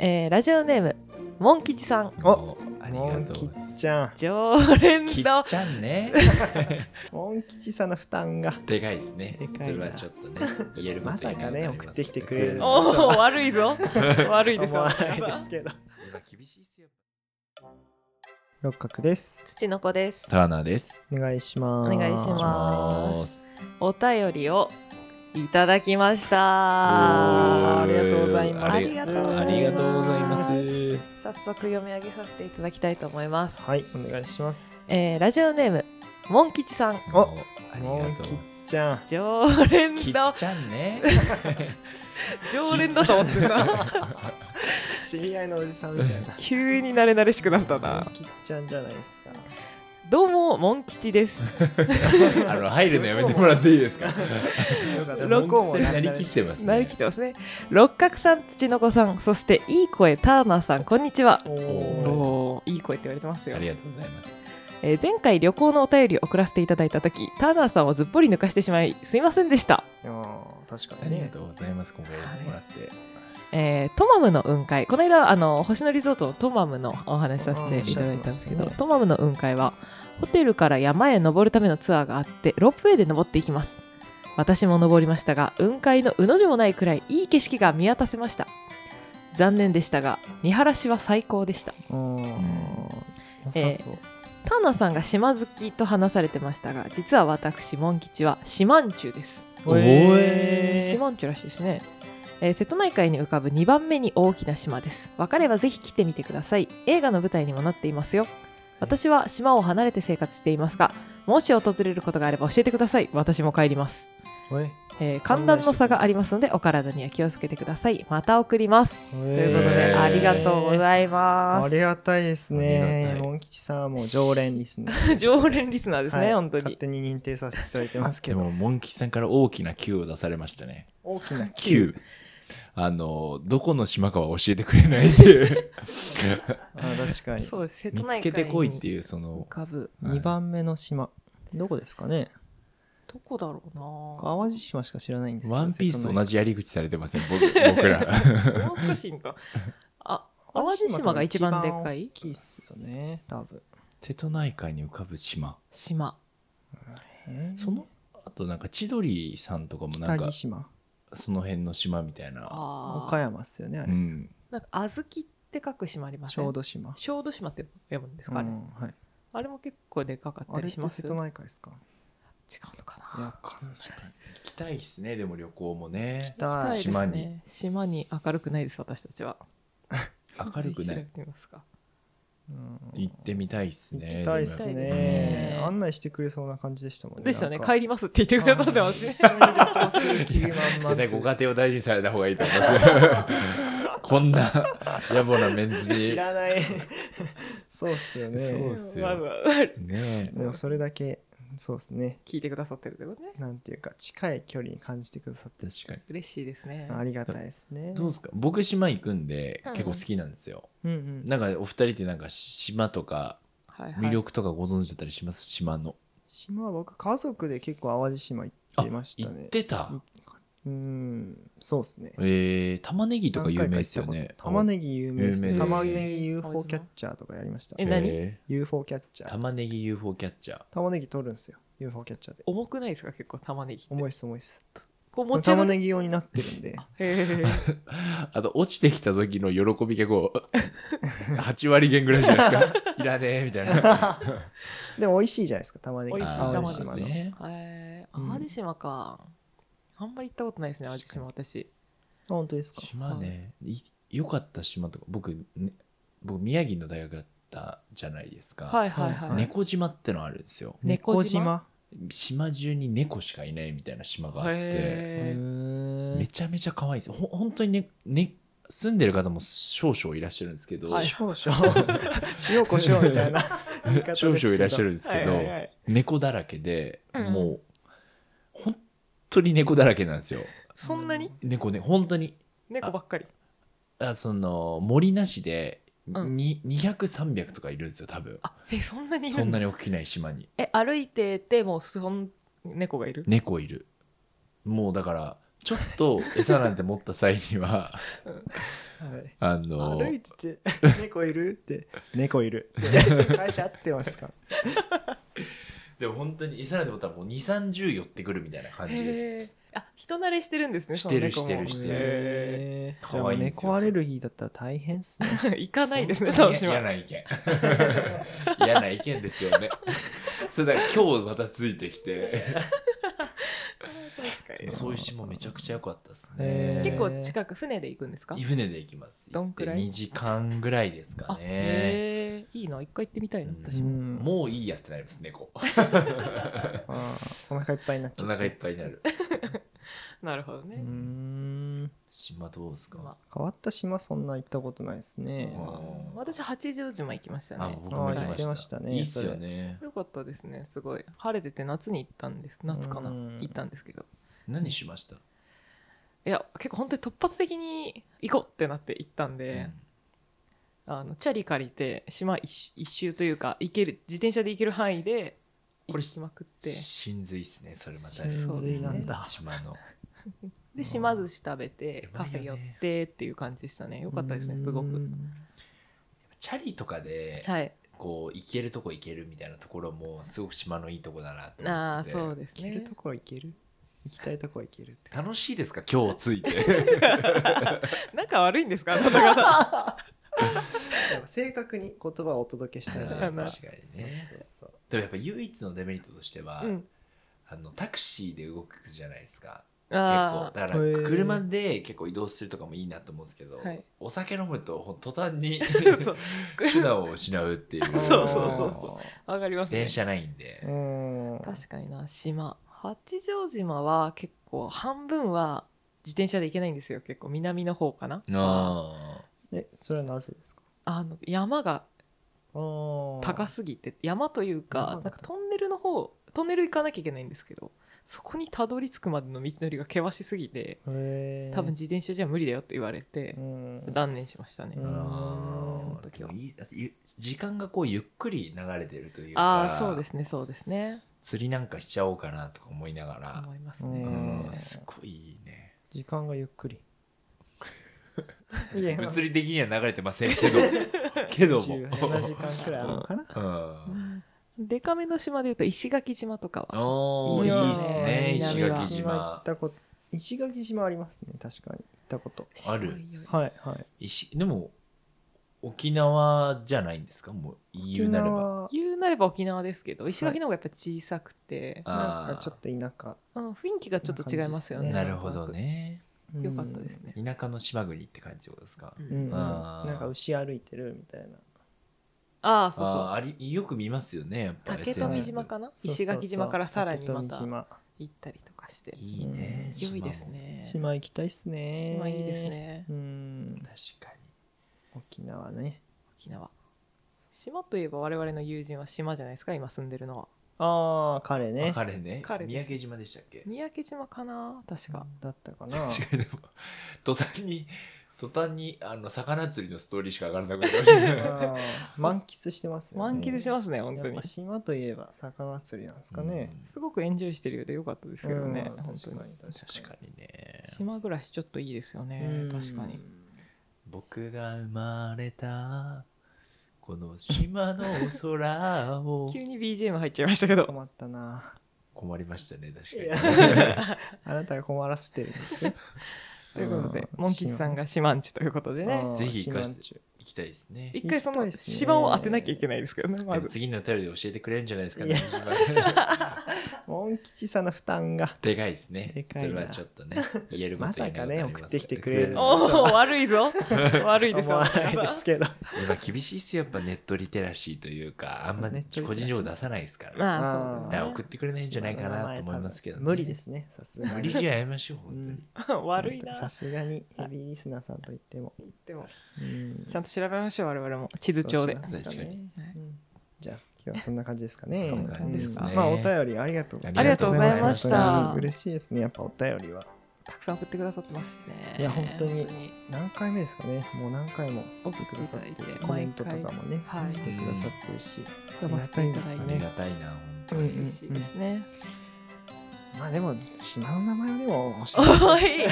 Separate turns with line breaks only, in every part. えーラジオネームモン吉さん
お
あり
モ
が
ン
とうございま
吉
す。
ちゃん
常連
きっ
の
ちゃんね。
モン吉さんの負担が
でかいですね。
でか
そ
いな
れはちょっ とね、言えること
まさかね
言えないこと
送ってきてくれる
に
の
なりま
おお悪い ぞ悪いです
思
よ
わないですけど
すね。これは厳しいっすよ。
六角です
土の子です
ターナーです。
お願いします
お願いします
お願いします
お便りをいただきまし
あ
た
ーありがとうございます
ありがとう
あ
あ
り
り
が
が
と
と
う
う
ご
ご
ざ
ざ
い
い
ま
ますす。
早速読み上げさせていただきたいと思います、
はいお願いします
えーラジオネームモン吉さん
お
ありが
モン
とうございます。
吉ちゃん
常連
きっ
の
ちゃんね。
常連だと思ってるな
知り合いのおじさんみたい な
急に慣れ慣れしくなった
モン
な
吉ちゃんじゃないですか
どうもモン吉です
あの入るのやめてもらっていい ですか。
よかった
ロコ
モン
も
そ
吉
れ
さん
なりきってます
なり
ね
きっ。てますね六角さん土の子さんそしていい声ターナーさんこんにちは
お
おー
ー
おーいい声って言われてますよ
ありがとうございます。
えー前回旅行のお便りを送らせていただいた時ターナーさんをずっぽり抜かしてしまいすいませんでした、
いやー確か
あ
に
りが
ね
とうございます。今回やってもらって。
えートマムの雲海この間あの星野リゾートのトマムのお話しさせていただいたんですけど、
うんおっしゃってましたね
トマムの雲海はホテルから山へ登るためのツアーがあってロープウェイで登っていきます私も登りましたが雲海のうの字もないくらいいい景色が見渡せました残念でしたが見晴らしは最高でした
うーん良さそう
ターナさんが島好きと話されてましたが実は私モン吉は島んちゅうです
おー
四万らしいですね、えー瀬戸内海に浮かぶ2番目に大きな島です分かればぜひ来てみてください映画の舞台にもなっていますよ私は島を離れて生活していますがもし訪れることがあれば教えてください私も帰ります、
おい
えー寒暖の差がありますのでお体には気をつけてくださいまた送りますと
と
いう
い
ことで
えー
ありがとうござい
あ
ます
りがたいです
ありが
ね
たい
モン吉さんはもう常連リスナー
常連リスナーですね、
はい
本当
勝
に
手に認定させていただいてます け
で
ど
も、モンキさんから大きな Q を出されましたね。
大きな
Q。あの、どこの島かは教えてくれないっていう。
あー確かに
そうです瀬戸内
見
海
つ
に
けてこいっていう、その
浮、かぶ
はい
2番目の島どこですかね
どこだろうな
淡路島しか知らないんですけど
ワンピースと同
じ
じやり口されてません、僕僕 ら。
もう少しんと。あ、淡路島が一番でかい
大きいっすよね多分
瀬戸内海に浮かぶ島。
島。
えー
その、あとなんか千鳥さんとかもなん
北
か
木、島
その辺の島みたいな。
あ
岡
あ。
山っすよねあ
う
れ
ん。
なんか、小豆って書く島あります
小豆島
小豆島って読むんです
うん
かね。
はい
あれも結構でかかった
あれ
り
っ
してます。
瀬
違
戸
うの
内海ですか
か
いや
な。
わかんないです
行きたいですね、でも旅行もね。
た
行きたいです
島
ね
に
島に明るくないです、私たちは。
明るくな
ぜひ調べ
い。
てみますか。
うん
行ってみたいっす
行
ね。
きたいっす
行きたいです
ね
ね
案内してくれそうな感じでしたもんね
でしたね、
なんか
帰りますって言ってくれたんで、私。
一緒に旅行する気満
でも
々
絶
で
対ご家庭を大事にされた方がいいと思います。 こんな野暮なメンズ
知
に。
らないそうっすよ
そう
ね
っすよ
まずは
ね
でもそれだけそうっすね
聞いてくださってるってことね。
なんていうか近い距離に感じてくださってる
確かに。
嬉しいですね。
ありがたいですね
どうですか僕島行くんで
うん
結構好きなんですよ。
うんうん
なんかお二人ってなんか島とか
はいはい
魅力とかご存知だったりします島の。
島は僕家族で結構淡路島行ってまし
行
た
っ
ね
てた
行っうんそうっすね
えー、玉ねぎとか有名ですよ
何
ね
回。か行ったこと玉ねぎ有名です
有
ね
名
玉ねぎ
へー
UFO キャッチャーとかやりました
え何
え
UFO キャッチ
ー
ャー
玉ねぎ UFO キャッチャー。
玉ねぎ取るんですよ UFO キャッチャーで
重くないですか、結構玉ねぎって。
重いっす重いっす
こう持ち上
玉
がる。
ねぎ用になってるんで
へー
あと落ちてきた時の喜びが こう8割減ぐらいじゃないです か。いらねえみたいな。
でも美味しいじゃないですか玉ねぎ
美味しい
あー
玉ねぎ
美味しいね。
へえ、
うん
淡路島か。あんまり行ったことないですね、淡
確
路島、私。
あ本当ですか
島ね、い良かった島とか僕、ね、僕宮城の大学だったじゃないですか、
はいはいはい。
猫島ってのあるんですよ
猫島
島中に猫しかいないみたいな島があって
へ
へ
め
ー
ちゃめちゃ可愛いですほ本当にねね住んでる方も少々いらっしゃるんですけど、
はい
少々 塩コショウみたいな言い方で すけ
少
ど
々いらっしゃるんです
ー
けど、
はいはいはい
猫だらけで、
うん
もう本当に猫だらけなんですよ
そんなに
猫ね本当に
猫ばっかり。
あその森なしで、
うん
に200300とかいるんですよ多分
あ、え、そんなにい
そ
る
ん
ん
な
だ。
に大きない島に
え、歩いてて、もうそん、猫がいる
猫いるもうだからちょっと餌なんて持った際には、
はい
あの、
歩い てて「猫いる?」って「猫いる」って会社合ってます か
でも本当に餌なんて持ったらもう2、30寄ってくるみたいな感じです。
へーあ人慣れしてるんですね
してる
その
して
猫
る
も
してる
へーじゃ
可愛
あ
いんですよ
猫アレルギーだったら大変っす ね
行かないですね
本当
倒
に
し
嫌
は
な意見。 嫌な意見ですよね。 それだから今日またついてきて、
確かに
そういう詩もめちゃくちゃ良かったです
へ
ね
ー。
結構近く船で行くんですか
湯船で行きます。
どんくらい
?2 時間ぐらいですか
あ
ね。
へえいいな一回行ってみたいな
うん
私も
ん
もういいやってなります、猫。
あーお腹いっぱいになっち
お
ゃう
腹いっぱいになる。
なるほどね
うーん
島どうですか、
ま
変わった島そんな行ったことないですね
う
あ
ん
私八丈島行きました
あ、
ね
僕も行
あ行っ
き
て
ま
ま
し。
したたね
いいっすよね。
よかったですねすごい晴れてて夏に行ったんです夏かな
うん
行ったんですけど
何しました、
いや結構本当に突発的に行こうってなって行ったんで、あのチャリ借りて島一周一周というか行ける自転車で行ける範囲で
これ
行きまくって
真髄っすね、それまたね。
真髄なんだ
島の。
で島寿司食べて
うま
カ
いよね
フェ寄ってっていう感じでしたねよかったですねすご
うー
く
ん
チャリとかで、
はい
こう行けるとこ行けるみたいなところもすごく島のいいとこだなと思
あ
っ
あ
てて
そうです
行け
ね
るとこは行ける行きたいとこは行けるって
楽しいですか今日ついて
仲悪いんですかあなた 方
やっぱ正確に言葉をお届けした い
うん
な
確
か
か
に
に
ね
ね
そうそう
でもやっぱ唯一のデメリットとしては、
うん
あのタクシーで動くじゃないですか結構
あ
だから
へー
車で結構移動するとかもいいなと思うんですけど、
はい
お酒飲むとほんと途端に
ー そう
素直を失うっていう
そうそうそう
そ
わかりますね
電車ないんで、
ううん
確かにな島八丈島は結構半分は自転車で行けないんですよ結構南の方かな
あ
えそれはなぜですか
あの山が
高
高すぎて山という
山
か
が
なんかトンネルの方トンネル行かなきゃいけないんですけどそこにたどり着くまでの道のりが険しすぎて
へー
多分自転車じゃ無理だよって言われて
うん
断念しましたね、
う
ー
ん
あ
その
ー
時
で
は
もいいゆ時間がこうゆっくり流れてるというか
ああそうですねそうですね
釣りなんかしちゃおうかなとか思いながら
思います
う
ね
うん
ん
すごいいいね
時間がゆっ くりいや
物理的には流れてませんけどけども、
17時間くらいあるのかな
うん、
デカめの島でいうと石垣島とかは
おーい
いや
い
ー
っすね石
南は
垣
行
島
ったこと石垣島ありますね確かに行ったこと
ある
白いよ
はいはい
石でも沖縄じゃないんですかもう言うなれば
沖
言うなれば沖縄ですけど石垣の方がやっぱ小さくて、
縄なん
あ
かちょっと田舎
うん、雰囲気がちょっと違いますよ
あ
ね
と
なるほどね
うん
よかったですね、
田舎の島国って感じってことですか、
うんうん
あー
なんか牛歩いてるみたいな
ああそう
あ
そ
ー
う
ありよく見ますよねやっぱ
竹富
SNS
島かな
そうそうそう
石垣島からさらにま
竹
た
富島
行ったりとかして
いいね、
うん
島
良
も
いですね
島行きたいっすね
島いいですね
うん
確かに
沖縄ね
沖縄島といえば我々の友人は島じゃないですか今住んでるのは
ああ彼ね
彼ね
彼
三
です
宅島でしたっけ
三宅島かな確か、
だったか な
違いでも途端に途端にあの魚釣りのストーリーしか上がらなくなりましたね
あー満喫してますよね
満喫しますね本当
やっ
に
ぱ島といえば魚釣りなんですかね、
うん
すごくエンジョイしてるようで良かったですけどね、
うん
本
確
当
か
に
に確
確
か
かにね
島暮らしちょっといいですよね、
に、うん
確かに
僕が生まれたこの島の空 を
急に BGM 入っちゃいましたけど
困ったな
困りましたね確
いや
かに
あなたが困らせてるんですよ
ということ でモン吉さんが島んちということでね
ぜひ行かせて
て
行きたいですね
一回そ
行きた
の
いっすね
島を当てなきゃいけないですけどねま
でも
ず
次のお便りで教えてくれるんじゃないですか
い
ね
や
島
モン吉さんの負担が
でかいですね
でか
そ
い
れ
な
はちょっとね言えること
まさか
言え
ね
ないことあります
送ってきてくれる
うん
おお悪い ぞ悪いです
思
よ
わないですけど
今厳しいっすよやっぱネットリテラシーというかあんま
ネットリテラシー
個人情報出さないですから
まあそうです
だから
ね
送ってくれないんじゃないかなと思いますけど、
無理ですねさすがに
無理じゃやめましょう本当に、
うん
悪いな
さすがにヘビーリスナーさんと言っても、
でも
うん
ちゃんと調べましょう我々も地図帳で
そうしますかね
確かに
うんじゃあ今日はそんな感じですかね
そんな感じですね
うんまあお便りありがとう
ありがとうございました
本当に嬉しいですねやっぱお便りは
たくさん送ってくださってますしね
いや本当に何回目ですかねもう何回も送ってくださっ
送っていただい
て
て
コメントとかもね、
毎回はい
してくださってるし、
読ませていただい
ありがたいです
て
ありがたいな本当に
うん
嬉しいですね
まあでも島の名前はでも欲しい
おい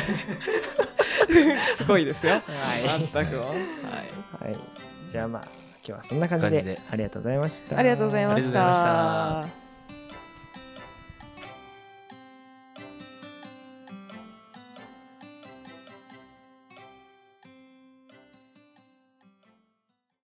すごいですよ。
はい
全くを。はい。
はいじゃあまあ今日はそんな感じで
感じで
ありがとうございました
ありがとうございま
ありがとうご
し
ざいました
た。